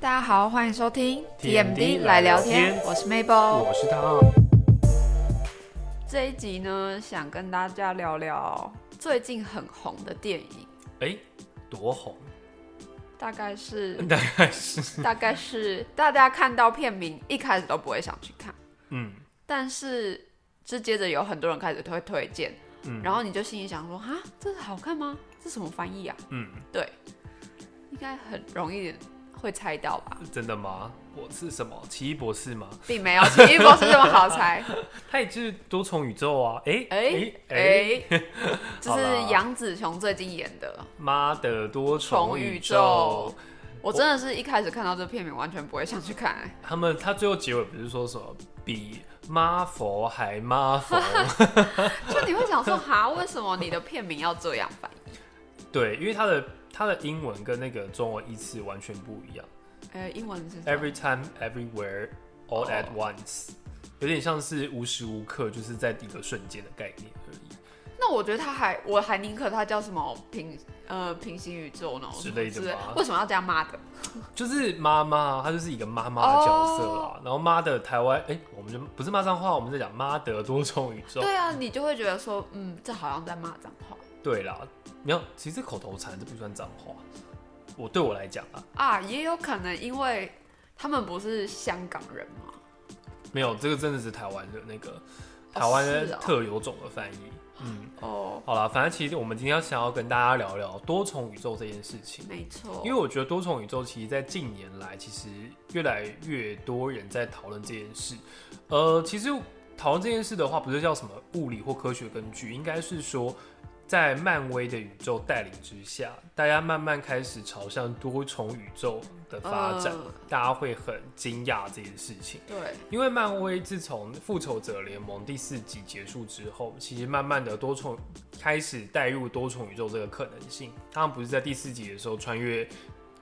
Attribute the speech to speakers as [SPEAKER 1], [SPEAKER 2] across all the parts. [SPEAKER 1] 大家好，欢迎收听
[SPEAKER 2] TMD
[SPEAKER 1] 来聊
[SPEAKER 2] 来聊
[SPEAKER 1] 天
[SPEAKER 2] 天，
[SPEAKER 1] 我是 Mabel。
[SPEAKER 2] 我是大二，
[SPEAKER 1] 这一集呢，想跟大家聊聊最近很红的电影，
[SPEAKER 2] 哎、多红，
[SPEAKER 1] 大概是
[SPEAKER 2] 大概是，
[SPEAKER 1] 大概是大家看到片名一开始都不会想去看，
[SPEAKER 2] 嗯，
[SPEAKER 1] 但是这接着有很多人开始推推荐，
[SPEAKER 2] 嗯
[SPEAKER 1] 然后你就心里想说，啊，这是好看吗？这什么翻译啊？
[SPEAKER 2] 嗯，
[SPEAKER 1] 应该很容易会猜到吧，
[SPEAKER 2] 真的吗？我是什么奇异博士吗？
[SPEAKER 1] 并没有奇异博士这么好 猜。
[SPEAKER 2] 他也就是多重宇宙啊！哎
[SPEAKER 1] 哎
[SPEAKER 2] 哎哎，
[SPEAKER 1] 哎，这
[SPEAKER 2] 好
[SPEAKER 1] 是
[SPEAKER 2] 啦
[SPEAKER 1] 杨紫琼最近演的。
[SPEAKER 2] 妈的多重
[SPEAKER 1] 重
[SPEAKER 2] 宇
[SPEAKER 1] 宇
[SPEAKER 2] 宙
[SPEAKER 1] 宙！我真的是一开始看到这片名，完全不会想去看、欸。
[SPEAKER 2] 他们他最后结尾不是说什么比妈佛还妈 佛？
[SPEAKER 1] 就你会想说，哈，为什么你的片名要这样翻译？
[SPEAKER 2] 对，因为他的他的英文跟那个中文意思完全不一样。
[SPEAKER 1] 呃、英文是什么
[SPEAKER 2] Every time, everywhere, all at
[SPEAKER 1] 哦
[SPEAKER 2] once，有点像是无时无刻就是在一个瞬间的概念而已。
[SPEAKER 1] 那我觉得他还，我还宁可他叫什么平呃平行宇宙呢
[SPEAKER 2] 之类的
[SPEAKER 1] 是
[SPEAKER 2] 吧
[SPEAKER 1] 为什么要这样骂的？
[SPEAKER 2] 就是妈妈，她就是一个妈妈的角色啦。
[SPEAKER 1] 哦
[SPEAKER 2] 然后妈的台湾，哎、我们就不是骂脏话，我们在讲妈的多重宇宙。
[SPEAKER 1] 对啊，你就会觉得说，嗯，这好像在骂脏话
[SPEAKER 2] 对啦，没有，其实口头禅这不算脏话。我对我来讲啊，
[SPEAKER 1] 啊，也有可能因为他们不是香港人嘛。
[SPEAKER 2] 没有，这个真的是台湾的那个
[SPEAKER 1] 哦
[SPEAKER 2] 台湾
[SPEAKER 1] 是
[SPEAKER 2] 的
[SPEAKER 1] 哦
[SPEAKER 2] 特有种的翻译。嗯，
[SPEAKER 1] 哦，
[SPEAKER 2] 好啦，反正其实我们今天要想要跟大家聊聊多重宇宙这件事情。
[SPEAKER 1] 没错
[SPEAKER 2] 因为，我觉得多重宇宙其实，在近年来，其实越来越多人在讨论这件事。呃，其实讨论这件事的话，不是叫什么物理或科学根据，应该是说，在漫威的宇宙带领之下，大家慢慢开始朝向多重宇宙的发展，
[SPEAKER 1] 呃
[SPEAKER 2] 大家会很惊讶这件事情。
[SPEAKER 1] 对，
[SPEAKER 2] 因为漫威自从《复仇者联盟》第四集结束之后，其实慢慢的多重开始带入多重宇宙这个可能性。他们不是在第四集的时候穿越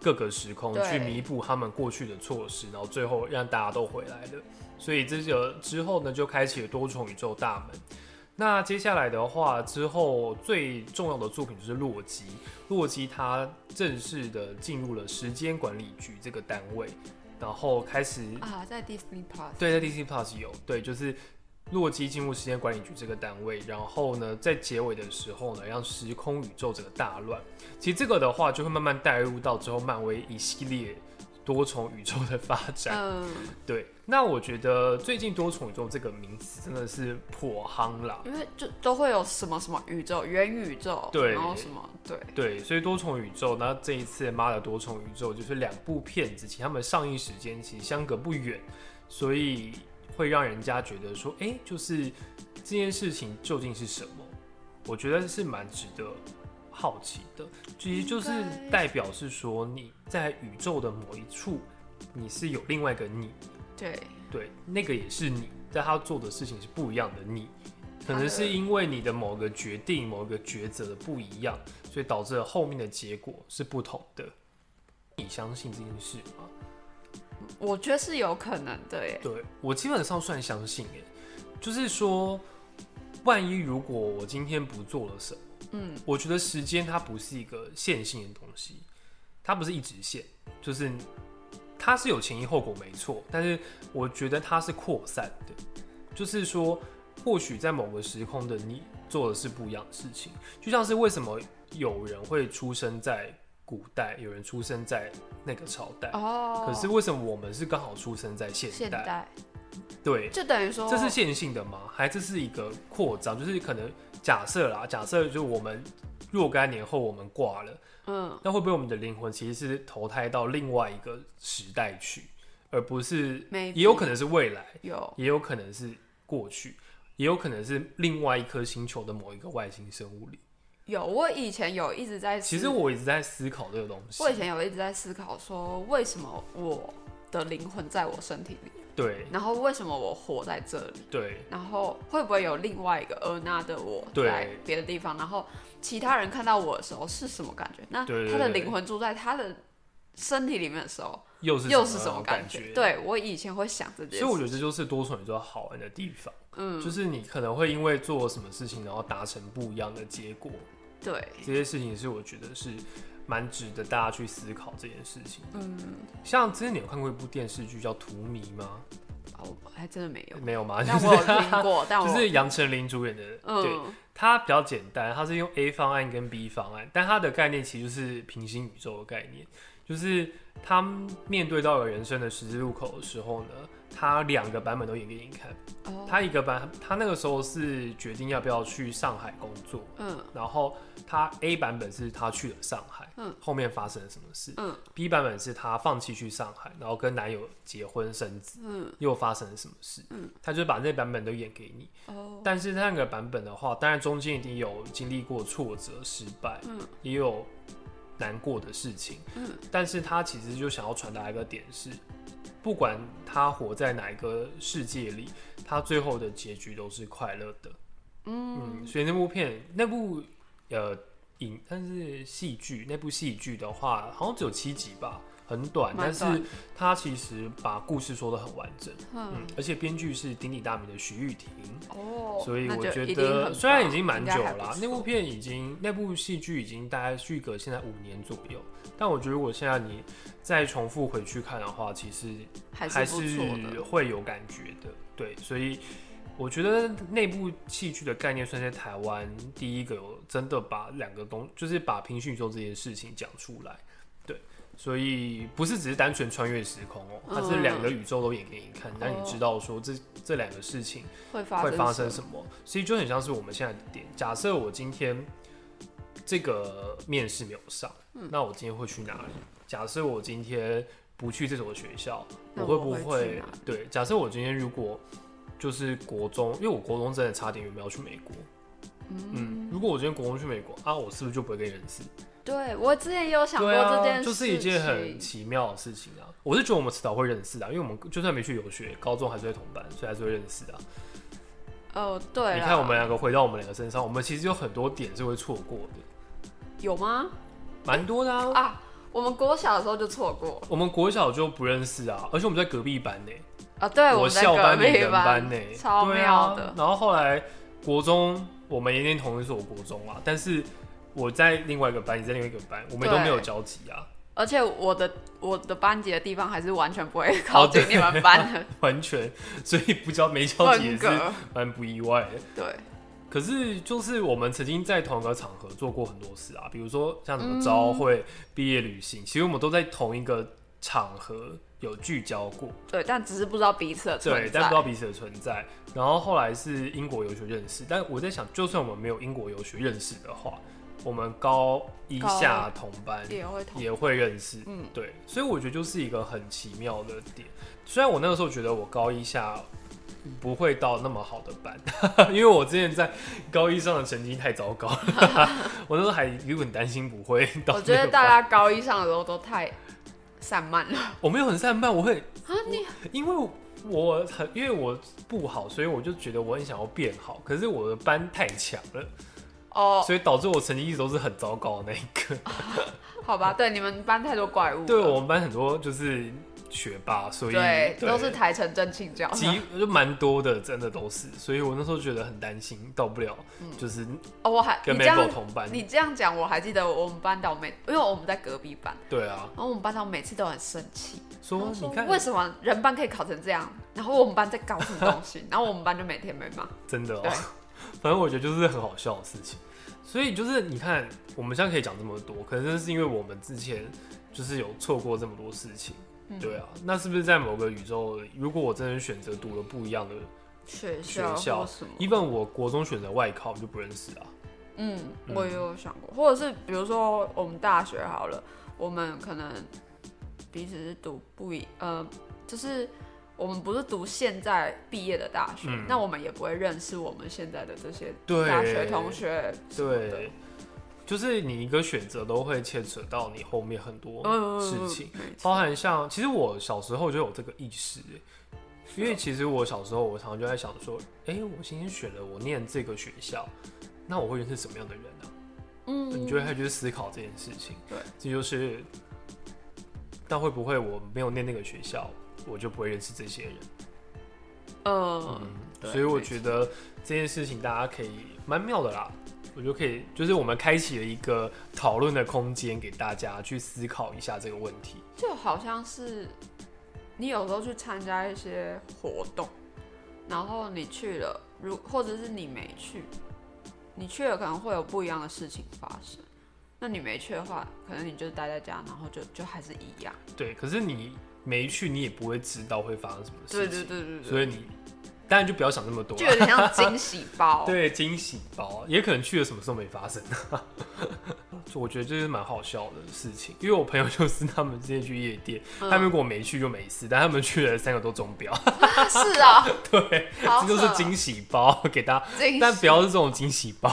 [SPEAKER 2] 各个时空
[SPEAKER 1] 对
[SPEAKER 2] 去弥补他们过去的措施，然后最后让大家都回来了。所以这个之后呢，就开启了多重宇宙大门。那接下来的话，之后最重要的作品就是《洛基》。洛基他正式的进入了时间管理局这个单位，然后开始
[SPEAKER 1] 啊，在 Disney Plus，
[SPEAKER 2] 对，在 DC Plus 有，对，就是洛基进入时间管理局这个单位，然后呢，在结尾的时候呢，让时空宇宙整个大乱。其实这个的话，就会慢慢带入到之后漫威一系列多重宇宙的发展。
[SPEAKER 1] 嗯，
[SPEAKER 2] 对，那我觉得最近多重宇宙这个名词真的是破夯啦。
[SPEAKER 1] 因为就都会有什么什么宇宙、元宇宙，
[SPEAKER 2] 对
[SPEAKER 1] 然后什么对，
[SPEAKER 2] 对，所以多重宇宙，那这一次妈的多重宇宙就是两部片子，其实他们上映时间其实相隔不远，所以会让人家觉得说，哎、就是这件事情究竟是什么？我觉得是蛮值得好奇的。其实就是
[SPEAKER 1] 应该
[SPEAKER 2] 代表是说你在宇宙的某一处，你是有另外一个你，
[SPEAKER 1] 对，
[SPEAKER 2] 对，那个也是你，但他做的事情是不一样的你，可
[SPEAKER 1] 他的
[SPEAKER 2] 能是因为你的某个决定、某个抉择的不一样，所以导致了后面的结果是不同的。你相信这件事吗？
[SPEAKER 1] 我觉得是有可能的耶。
[SPEAKER 2] 对我基本上算相信诶，就是说，万一如果我今天不做了什么，
[SPEAKER 1] 嗯，
[SPEAKER 2] 我觉得时间它不是一个线性的东西，它不是一直线，就是它是有前因后果没错，但是我觉得它是扩散的，就是说，或许在某个时空的你做的是不一样的事情，就像是为什么有人会出生在古代，有人出生在那个朝代，
[SPEAKER 1] 哦，
[SPEAKER 2] 可是为什么我们是刚好出生在现代？
[SPEAKER 1] 现代
[SPEAKER 2] 对，
[SPEAKER 1] 就等于说，
[SPEAKER 2] 这是线性的吗？还这是一个扩张？就是可能假设啦，假设就是我们若干年后我们挂了，
[SPEAKER 1] 嗯，
[SPEAKER 2] 那会不会我们的灵魂其实是投胎到另外一个时代去，而不是
[SPEAKER 1] Maybe
[SPEAKER 2] 也有可能是未来，
[SPEAKER 1] 有
[SPEAKER 2] 也有可能是过去，也有可能是另外一颗星球的某一个外星生物里。
[SPEAKER 1] 有。我以前有一直在思，
[SPEAKER 2] 其实我一直在思考这个东西
[SPEAKER 1] 我。以前有一直在思考说，为什么我的灵魂在我身体里，
[SPEAKER 2] 对
[SPEAKER 1] 然后为什么我活在这里，
[SPEAKER 2] 对
[SPEAKER 1] 然后会不会有另外一个尔娜的我
[SPEAKER 2] 对
[SPEAKER 1] 在别的地方，然后其他人看到我的时候是什么感觉？那
[SPEAKER 2] 对对
[SPEAKER 1] 他的
[SPEAKER 2] 对
[SPEAKER 1] 灵魂住在他的身体里面的时候，
[SPEAKER 2] 又是
[SPEAKER 1] 又是
[SPEAKER 2] 什
[SPEAKER 1] 什么
[SPEAKER 2] 感
[SPEAKER 1] 觉？。对我以前会想这件
[SPEAKER 2] 所
[SPEAKER 1] 事，
[SPEAKER 2] 以我觉得这就是多重宇宙好玩的地方。
[SPEAKER 1] 嗯，
[SPEAKER 2] 就是你可能会因为做什么事情，然后达成不一样的结果。
[SPEAKER 1] 对，
[SPEAKER 2] 这些事情是我觉得是蛮值得大家去思考这件事情。
[SPEAKER 1] 嗯，
[SPEAKER 2] 像之前你有看过一部电视剧叫《荼蘼》吗？
[SPEAKER 1] 啊我还真的没 有，
[SPEAKER 2] 没有啊吗？就
[SPEAKER 1] 但我有
[SPEAKER 2] 是
[SPEAKER 1] 听过，但我
[SPEAKER 2] 就是杨丞琳主演的，对，
[SPEAKER 1] 嗯
[SPEAKER 2] 它比较简单，它是用 A 方案跟 B 方案，但它的概念其实就是平行宇宙的概念，就是他面对到了人生的十字路口的时候呢，他两个版本都演给你看。
[SPEAKER 1] 哦
[SPEAKER 2] 他一个版，他那个时候是决定要不要去上海工作，
[SPEAKER 1] 嗯
[SPEAKER 2] 然后他 A 版本是他去了上海，
[SPEAKER 1] 嗯，
[SPEAKER 2] 后面发生了什么事
[SPEAKER 1] 嗯
[SPEAKER 2] ？B 版本是他放弃去上海，然后跟男友结婚生子，
[SPEAKER 1] 嗯
[SPEAKER 2] 又发生了什么事？
[SPEAKER 1] 嗯，
[SPEAKER 2] 他就把那版本都演给你。
[SPEAKER 1] 哦
[SPEAKER 2] 但是那个版本的话，当然中间一定有经历过挫折、失败，
[SPEAKER 1] 嗯
[SPEAKER 2] 也有难过的事情。
[SPEAKER 1] 嗯，
[SPEAKER 2] 但是他其实就想要传达一个点是，不管他活在哪一个世界里，他最后的结局都是快乐的。
[SPEAKER 1] 嗯
[SPEAKER 2] 嗯，所以那部片那部呃影，但是戏剧那部戏剧的话，好像只有七集吧，很短，
[SPEAKER 1] 蛮
[SPEAKER 2] 但
[SPEAKER 1] 短
[SPEAKER 2] 是它其实把故事说的很完整。嗯
[SPEAKER 1] 嗯，
[SPEAKER 2] 而且编剧是鼎鼎大名的徐玉婷。
[SPEAKER 1] 哦，
[SPEAKER 2] 嗯所以
[SPEAKER 1] 那
[SPEAKER 2] 我
[SPEAKER 1] 就
[SPEAKER 2] 觉
[SPEAKER 1] 一定很
[SPEAKER 2] 得，虽然已
[SPEAKER 1] 棒
[SPEAKER 2] 经蛮
[SPEAKER 1] 应
[SPEAKER 2] 久
[SPEAKER 1] 该还
[SPEAKER 2] 了
[SPEAKER 1] 不
[SPEAKER 2] 啦，
[SPEAKER 1] 错
[SPEAKER 2] 那部片已经那部戏剧已经大概距隔现在五年左右，但我觉得如果现在你再重复回去看的话，其实
[SPEAKER 1] 还
[SPEAKER 2] 还
[SPEAKER 1] 是不
[SPEAKER 2] 是
[SPEAKER 1] 错的，
[SPEAKER 2] 会有感觉的。对，所以我觉得那部戏剧的概念算是台湾第一个有真的把两个东，就是把平行宇宙这件事情讲出来。对，所以不是只是单纯穿越时空哦、它
[SPEAKER 1] 嗯
[SPEAKER 2] 是两个宇宙都演给你看，让你
[SPEAKER 1] 哦
[SPEAKER 2] 知道说这这两个事情。
[SPEAKER 1] 会发
[SPEAKER 2] 会发生
[SPEAKER 1] 么？
[SPEAKER 2] 什么，所以就很像是我们现在的点。假设我今天这个面试没有上，
[SPEAKER 1] 嗯
[SPEAKER 2] 那我今天会去哪里？假设我今天不去这所学校，
[SPEAKER 1] 那
[SPEAKER 2] 会
[SPEAKER 1] 我
[SPEAKER 2] 不
[SPEAKER 1] 会去
[SPEAKER 2] 会
[SPEAKER 1] 哪里
[SPEAKER 2] 对？假设我今天如果就是国中，因为我国中真的差点有没有去美国，嗯，如果我今天国中去美国啊，我是不是就不会跟你认识？
[SPEAKER 1] 对我之前也有想过
[SPEAKER 2] 对
[SPEAKER 1] 这件
[SPEAKER 2] 啊，
[SPEAKER 1] 事情，
[SPEAKER 2] 就是一件很奇妙的事情啊。我是觉得我们迟早会认识的啊、因为我们就算没去游学，高中还是会同班，所以还是会认识的啊、
[SPEAKER 1] 哦，对啦，
[SPEAKER 2] 你看我们两个回到我们两个身上，我们其实有很多点是会错过的，
[SPEAKER 1] 有吗？
[SPEAKER 2] 蛮多的啊。
[SPEAKER 1] 啊，我们国小的时候就错过
[SPEAKER 2] 我们国小就不认识啊，而且我们在隔壁班呢、
[SPEAKER 1] 啊，对，
[SPEAKER 2] 我
[SPEAKER 1] 们在
[SPEAKER 2] 校
[SPEAKER 1] 隔
[SPEAKER 2] 你
[SPEAKER 1] 壁
[SPEAKER 2] 人班呢、
[SPEAKER 1] 超
[SPEAKER 2] 对
[SPEAKER 1] 妙
[SPEAKER 2] 啊
[SPEAKER 1] 的。。
[SPEAKER 2] 然后后来国中我们也念同一所国中啊，但是我在另外一个班，你在另外一个班，我们都
[SPEAKER 1] 对
[SPEAKER 2] 没有交集啊，
[SPEAKER 1] 而且我的我的班级的地方还是完全不会
[SPEAKER 2] 哦
[SPEAKER 1] 靠
[SPEAKER 2] 对
[SPEAKER 1] 近你们班 的
[SPEAKER 2] 完全，所以不交没交集也
[SPEAKER 1] 分
[SPEAKER 2] 是
[SPEAKER 1] 隔，
[SPEAKER 2] 蛮不意外的。
[SPEAKER 1] 对，
[SPEAKER 2] 可是，就是我们曾经在同一个场合做过很多事啊，比如说像什么
[SPEAKER 1] 嗯
[SPEAKER 2] 招会、毕业旅行，其实我们都在同一个场合有聚焦过，
[SPEAKER 1] 对，但只是不知道彼此的
[SPEAKER 2] 对
[SPEAKER 1] 存，
[SPEAKER 2] 但不知道
[SPEAKER 1] 在。
[SPEAKER 2] 彼此的存在。然后后来是英国游学认识，但我在想，就算我们没有英国游学认识的话，我们高一
[SPEAKER 1] 高
[SPEAKER 2] 下同班
[SPEAKER 1] 也会同
[SPEAKER 2] 也会认识，
[SPEAKER 1] 嗯
[SPEAKER 2] 对，所以我觉得就是一个很奇妙的点。虽然我那个时候觉得我高一下不会到那么好的班， 因为我之前在高一上的成绩太糟糕了， 我那时候还有点担心不会到。
[SPEAKER 1] 我觉得大，家高一上的时候都太散漫了
[SPEAKER 2] 我没有很散漫，我会
[SPEAKER 1] 啊！你
[SPEAKER 2] 因为我很因为我不好，所以我就觉得我很想要变好，可是我的班太强了，
[SPEAKER 1] 哦，
[SPEAKER 2] 所以导致我成绩一直都是很糟糕的那一个。
[SPEAKER 1] 好吧，对，你们班太多怪物了，
[SPEAKER 2] 对我们班很多就是学霸，所以
[SPEAKER 1] 对，都是台城正庆教。
[SPEAKER 2] 几就蛮多的，真的都是，所以我那时候觉得很担心，到不了，就是
[SPEAKER 1] 哦，我还
[SPEAKER 2] 跟
[SPEAKER 1] 你这样
[SPEAKER 2] Mabel 同班。
[SPEAKER 1] 你这样讲，我还记得我们班导每，因为我们在隔壁班，
[SPEAKER 2] 对啊，
[SPEAKER 1] 然后我们班导每次都很生气，然
[SPEAKER 2] 说
[SPEAKER 1] 后哦说
[SPEAKER 2] 你看
[SPEAKER 1] 为，什么人班可以考成这样，然后我们班在搞什么东 西，然后我们班就每天被骂。
[SPEAKER 2] 真的哦、
[SPEAKER 1] 对
[SPEAKER 2] 反正我觉得就是很好笑的事情。所以就是你看，我们现在可以讲这么多，可能是因为我们之前就是有错过这么多事情。
[SPEAKER 1] 嗯
[SPEAKER 2] 对啊，那是不是在某个宇宙里，如果我真的选择读了不一样的
[SPEAKER 1] 学
[SPEAKER 2] 学
[SPEAKER 1] 校
[SPEAKER 2] 校
[SPEAKER 1] 或什么，
[SPEAKER 2] ，even 我国中选择外考，我就不认识啊。
[SPEAKER 1] 嗯，
[SPEAKER 2] 嗯
[SPEAKER 1] 我也有想过，或者是比如说我们大学好了，我们可能彼此是读不一，呃，就是我们不是读现在毕业的大学，
[SPEAKER 2] 嗯
[SPEAKER 1] 那我们也不会认识我们现在的这些
[SPEAKER 2] 对
[SPEAKER 1] 大学同学什么的，
[SPEAKER 2] 对，就是你一个选择都会牵扯到你后面很多
[SPEAKER 1] 嗯，
[SPEAKER 2] 事情，
[SPEAKER 1] 没错
[SPEAKER 2] 包含像其实我小时候就有这个意识欸，因为其实我小时候我常常就在想说，哎、我今天选了我念这个学校，那我会认识什么样的人啊？
[SPEAKER 1] 嗯，
[SPEAKER 2] 你就会开始去思考这件事情。
[SPEAKER 1] 对，
[SPEAKER 2] 这就是，那会不会我没有念那个学校，我就不会认识这些人？
[SPEAKER 1] 呃，
[SPEAKER 2] 嗯，
[SPEAKER 1] 对
[SPEAKER 2] 所以我
[SPEAKER 1] 没错
[SPEAKER 2] 觉得这件事情大家可以蛮妙的啦。我觉得可以，就是我们开启了一个讨论的空间，给大家去思考一下这个问题。
[SPEAKER 1] 就好像是你有时候去参加一些活动，然后你去了，如或者是你没去，你去了可能会有不一样的事情发生。那你没去的话，可能你就待在家，然后就就还是一样。
[SPEAKER 2] 对，可是你没去，你也不会知道会发生什么
[SPEAKER 1] 对
[SPEAKER 2] 事
[SPEAKER 1] 对
[SPEAKER 2] 情，
[SPEAKER 1] 对对对，
[SPEAKER 2] 所以你当然就不要想那么多
[SPEAKER 1] 就
[SPEAKER 2] 啦。
[SPEAKER 1] 有点像惊喜包。
[SPEAKER 2] 对，惊喜包也可能去了什么事都没发生、 就我觉得这是蛮好笑的事情，因为我朋友就是他们之前去夜店，
[SPEAKER 1] 嗯
[SPEAKER 2] 他们如果没去就没事，但他们去了三个都中标，
[SPEAKER 1] 是啊，
[SPEAKER 2] 对，
[SPEAKER 1] 好
[SPEAKER 2] 这就是
[SPEAKER 1] 扯哦啊
[SPEAKER 2] 惊喜包给大家。
[SPEAKER 1] 惊喜。
[SPEAKER 2] 但不要是这种惊喜包。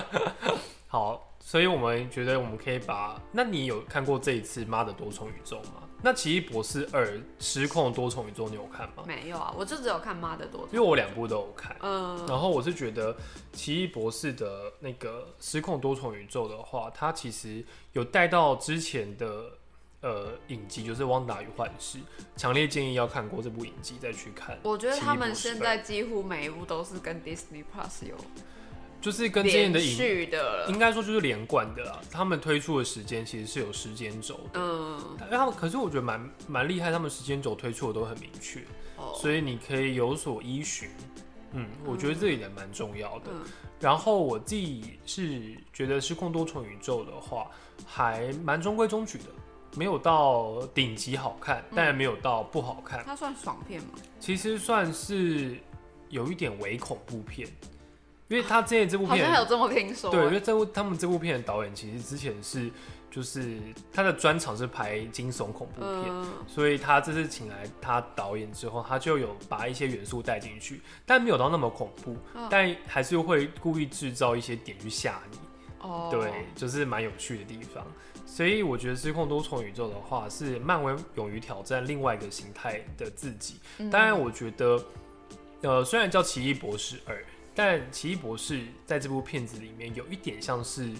[SPEAKER 2] 好，所以我们觉得我们可以把……那你有看过这一次《妈的多重宇宙》吗？那《奇异博士二：失控多重宇宙》你有看吗？
[SPEAKER 1] 没有啊，我就只有看《妈的多重
[SPEAKER 2] 因》。为我两部都有看。
[SPEAKER 1] 嗯，
[SPEAKER 2] 然后我是觉得《奇异博士》的那个失控多重宇宙的话，它其实有带到之前的呃影集，就是《汪达与幻视》，强烈建议要看过这部影集再去看。
[SPEAKER 1] 我觉得他
[SPEAKER 2] 奇异
[SPEAKER 1] 们
[SPEAKER 2] 博士
[SPEAKER 1] 现在几乎每一部都是跟 Disney Plus 有
[SPEAKER 2] 就是跟之前
[SPEAKER 1] 连
[SPEAKER 2] 的影
[SPEAKER 1] 续的了。
[SPEAKER 2] 应该说就是连贯的啦。他们推出的时间其实是有时间轴的，
[SPEAKER 1] 嗯，
[SPEAKER 2] 但他们可是我觉得蛮蛮厉害，他们时间轴推出的都很明确，
[SPEAKER 1] 哦，
[SPEAKER 2] 所以你可以有所依循。嗯，我觉得这一点蛮重要的。
[SPEAKER 1] 嗯
[SPEAKER 2] 然后我自己是觉得失控多重宇宙的话，还蛮中规中矩的，没有到顶级好看，
[SPEAKER 1] 嗯
[SPEAKER 2] 但也没有到不好看，
[SPEAKER 1] 它算爽片吗？
[SPEAKER 2] 其实算是有一点伪恐怖片，因为他之前这部
[SPEAKER 1] 好
[SPEAKER 2] 片
[SPEAKER 1] 像有这么听说。
[SPEAKER 2] 对，因为这部他们这部片的导演其实之前是就是他的专长是拍惊悚恐怖片，
[SPEAKER 1] 嗯，
[SPEAKER 2] 所以他这次请来他导演之后，他就有把一些元素带进去，但没有到那么恐怖，
[SPEAKER 1] 嗯
[SPEAKER 2] 但还是会故意制造一些点去吓你。
[SPEAKER 1] 哦，
[SPEAKER 2] 对，，就是蛮有趣的地方。所以我觉得《失控多重宇宙》的话，是漫威勇于挑战另外一个形态的自己。
[SPEAKER 1] 嗯
[SPEAKER 2] 当然，我觉得，呃，虽然叫《奇异博士二》，但《奇异博士》在这部片子里面有一点像是。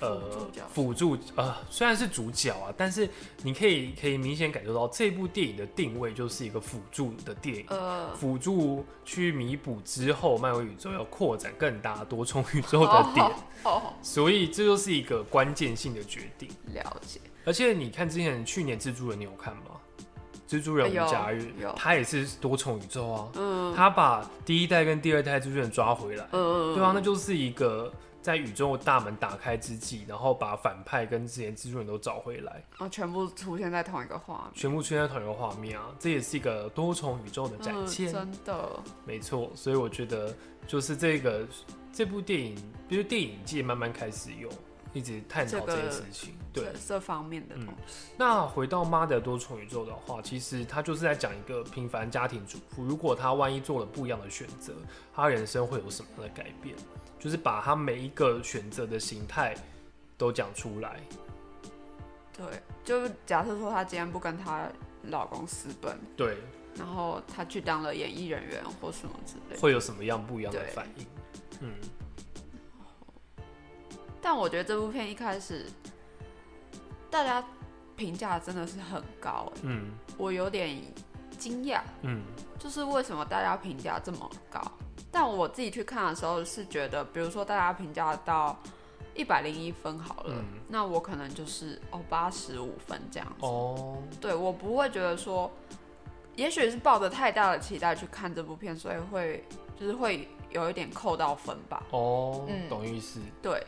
[SPEAKER 2] 呃
[SPEAKER 1] 辅助角，色
[SPEAKER 2] 辅助呃，虽然是主角啊，但是你可以可以明显感受到这部电影的定位就是一个辅助的电影，
[SPEAKER 1] 呃，
[SPEAKER 2] 辅助去弥补之后漫威宇宙要扩展更大多重宇宙的点。
[SPEAKER 1] 哦，
[SPEAKER 2] 所以这就是一个关键性的决定。
[SPEAKER 1] 了解，
[SPEAKER 2] 而且你看之前去年蜘蛛人，你有看吗？蜘蛛人
[SPEAKER 1] 呃有
[SPEAKER 2] 无家日
[SPEAKER 1] 有，
[SPEAKER 2] 他也是多重宇宙啊，
[SPEAKER 1] 嗯
[SPEAKER 2] 他把第一代跟第二代蜘蛛人抓回来，
[SPEAKER 1] 嗯，
[SPEAKER 2] 对啊，那就是一个在宇宙大门打开之际，然后把反派跟之前蜘蛛人都找回来，
[SPEAKER 1] 哦，全部出现在同一个画面，
[SPEAKER 2] 全部出现在同一个画面啊，这也是一个多重宇宙的展
[SPEAKER 1] 嗯
[SPEAKER 2] 现，
[SPEAKER 1] 真的，
[SPEAKER 2] 没错。所以我觉得就是这个这部电影，就是电影界慢慢开始有一直探
[SPEAKER 1] 这
[SPEAKER 2] 讨这
[SPEAKER 1] 个
[SPEAKER 2] 件事情，对嗯
[SPEAKER 1] 这，这方面的东西，
[SPEAKER 2] 那回到《妈的多重宇宙》的话，其实他就是在讲一个平凡家庭主妇，如果她万一做了不一样的选择，她人生会有什么样的改变？就是把她每一个选择的形态都讲出来。
[SPEAKER 1] 对，就是假设说她今天不跟她老公私奔，
[SPEAKER 2] 对，
[SPEAKER 1] 然后她去当了演艺人员或什么之类的，
[SPEAKER 2] 会有什么样不一样的
[SPEAKER 1] 对
[SPEAKER 2] 反应？嗯，
[SPEAKER 1] 但我觉得这部片一开始大家评价真的是很高、欸，
[SPEAKER 2] 嗯
[SPEAKER 1] 我有点惊讶，
[SPEAKER 2] 嗯
[SPEAKER 1] 就是为什么大家评价这么高？但我自己去看的时候是觉得，比如说大家评价到一百零一分好了，
[SPEAKER 2] 嗯
[SPEAKER 1] 那我可能就是哦八十五分这样子。
[SPEAKER 2] 哦，
[SPEAKER 1] 对我不会觉得说，也许是抱着太大的期待去看这部片，所以会就是会有一点扣到分吧。
[SPEAKER 2] 哦，
[SPEAKER 1] 嗯
[SPEAKER 2] 懂意思。
[SPEAKER 1] 对，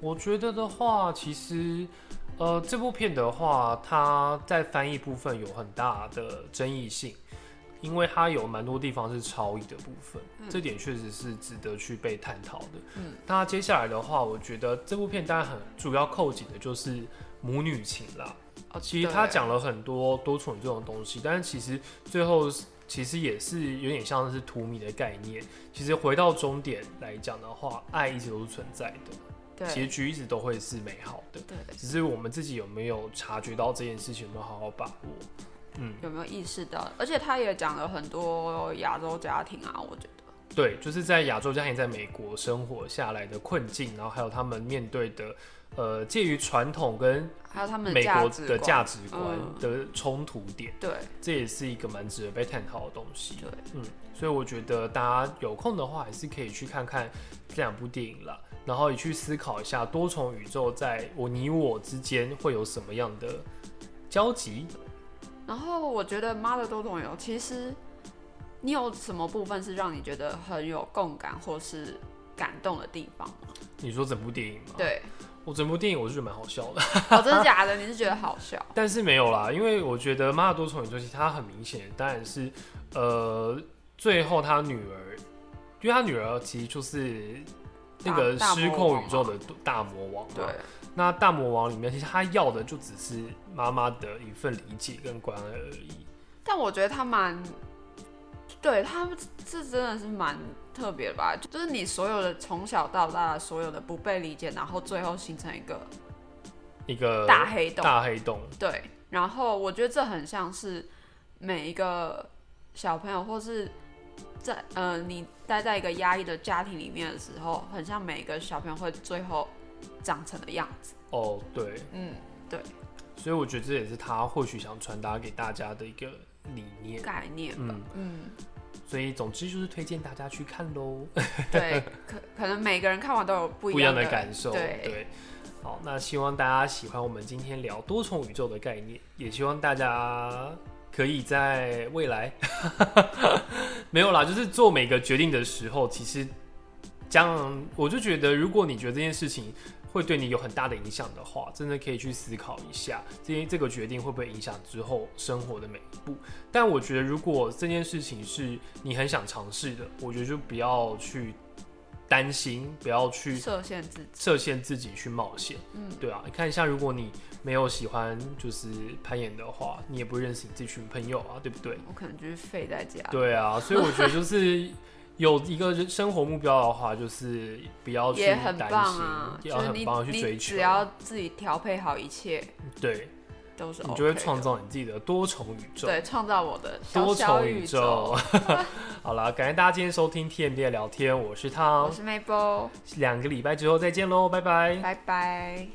[SPEAKER 2] 我觉得的话，其实，呃，这部片的话，它在翻译部分有很大的争议性，因为它有蛮多地方是超译的部分，这点确实是值得去被探讨的。
[SPEAKER 1] 嗯，
[SPEAKER 2] 那接下来的话，我觉得这部片当然很主要扣紧的就是母女情啦。
[SPEAKER 1] 哦
[SPEAKER 2] 其实
[SPEAKER 1] 对
[SPEAKER 2] 他讲了很多多重宇宙的东西，但是其实最后其实也是有点像是荼蘼的概念。其实回到终点来讲的话，爱一直都是存在的。结
[SPEAKER 1] 对
[SPEAKER 2] 局一直都会是美好的，
[SPEAKER 1] 对，
[SPEAKER 2] 只是我们自己有没有察觉到这件事情，有没有好好把握？嗯，
[SPEAKER 1] 有没有意识到？而且他也讲了很多亚洲家庭啊，我觉得
[SPEAKER 2] 对，就是在亚洲家庭在美国生活下来的困境，然后还有他们面对的，呃，介于传统跟
[SPEAKER 1] 还有他们的
[SPEAKER 2] 美国
[SPEAKER 1] 价值
[SPEAKER 2] 的
[SPEAKER 1] 观
[SPEAKER 2] 价值观
[SPEAKER 1] 嗯
[SPEAKER 2] 的冲突点，
[SPEAKER 1] 对
[SPEAKER 2] 这也是一个蛮值得被探讨的东西。
[SPEAKER 1] 对，
[SPEAKER 2] 嗯，所以我觉得大家有空的话，还是可以去看看这两部电影啦，然后也去思考一下多重宇宙在我你我之间会有什么样的交集。
[SPEAKER 1] 然后我觉得《妈的多重宇宙》其实你有什么部分是让你觉得很有共感或是感动的地方吗？
[SPEAKER 2] 你说整部电影吗？，
[SPEAKER 1] 对，
[SPEAKER 2] 我整部电影我是觉得蛮好笑的，
[SPEAKER 1] 哦，真的假的？你是觉得好笑？
[SPEAKER 2] 但是没有啦，因为我觉得《妈的多重宇宙》其实它很明显，当然是呃，最后他女儿，因为他女儿其实就是那个
[SPEAKER 1] 大大
[SPEAKER 2] 失
[SPEAKER 1] 魔王
[SPEAKER 2] 控宇
[SPEAKER 1] 嘛
[SPEAKER 2] 宙的大魔王嘛，
[SPEAKER 1] 对，
[SPEAKER 2] 那大魔王里面，其实他要的就只是妈妈的一份理解跟关爱而已。
[SPEAKER 1] 但我觉得他蛮，对他这真的是蛮特别的吧？就是你所有的从小到大所有的不被理解，然后最后形成一个
[SPEAKER 2] 一个
[SPEAKER 1] 大黑洞。
[SPEAKER 2] 大黑洞，
[SPEAKER 1] 对，然后我觉得这很像是每一个小朋友，或是在呃你待在一个压抑的家庭里面的时候，很像每一个小朋友会最后长成的样子。
[SPEAKER 2] 哦，对，
[SPEAKER 1] 嗯，
[SPEAKER 2] 所以我觉得这也是他或许想传达给大家的一个理念。
[SPEAKER 1] 概念。
[SPEAKER 2] 嗯，
[SPEAKER 1] 嗯，
[SPEAKER 2] 所以总之就是推荐大家去看喽，
[SPEAKER 1] 对，可可能每个人看完都有不
[SPEAKER 2] 不
[SPEAKER 1] 一
[SPEAKER 2] 一样
[SPEAKER 1] 的
[SPEAKER 2] 的感受。
[SPEAKER 1] 对
[SPEAKER 2] 对，好，那希望大家喜欢我们今天聊多重宇宙的概念，也希望大家可以在未来 没有啦，就是做每个决定的时候，其实这样我就觉得，如果你觉得这件事情会对你有很大的影响的话，真的可以去思考一下，这件这个决定会不会影响之后生活的每一步。但我觉得，如果这件事情是你很想尝试的，我觉得就不要去担心，不要去
[SPEAKER 1] 设限自己。
[SPEAKER 2] 设限自己去冒险，
[SPEAKER 1] 嗯，
[SPEAKER 2] 对啊，你看一下，如果你没有喜欢就是攀岩的话，你也不会认识你这群朋友啊，对不对？
[SPEAKER 1] 我可能就是废在家。
[SPEAKER 2] 对啊，所以我觉得就是 有一个人生活目标的话，就是不要去
[SPEAKER 1] 也很
[SPEAKER 2] 担
[SPEAKER 1] 棒
[SPEAKER 2] 心，
[SPEAKER 1] 啊，
[SPEAKER 2] 要
[SPEAKER 1] 就是
[SPEAKER 2] 很
[SPEAKER 1] 你
[SPEAKER 2] 棒地去追
[SPEAKER 1] 你
[SPEAKER 2] 求，
[SPEAKER 1] 只要自己调配好一切，
[SPEAKER 2] 对，
[SPEAKER 1] 都是 OK
[SPEAKER 2] 你就会
[SPEAKER 1] 的
[SPEAKER 2] 创造你自己的多重宇宙。
[SPEAKER 1] 对创造我的小
[SPEAKER 2] 多
[SPEAKER 1] 小
[SPEAKER 2] 重
[SPEAKER 1] 宇
[SPEAKER 2] 宙， 好了，感谢大家今天收听 TMD 的聊天，我是
[SPEAKER 1] 我
[SPEAKER 2] 汤，
[SPEAKER 1] 是 Maple，
[SPEAKER 2] 两个礼拜之后再见喽，拜拜。
[SPEAKER 1] 拜拜。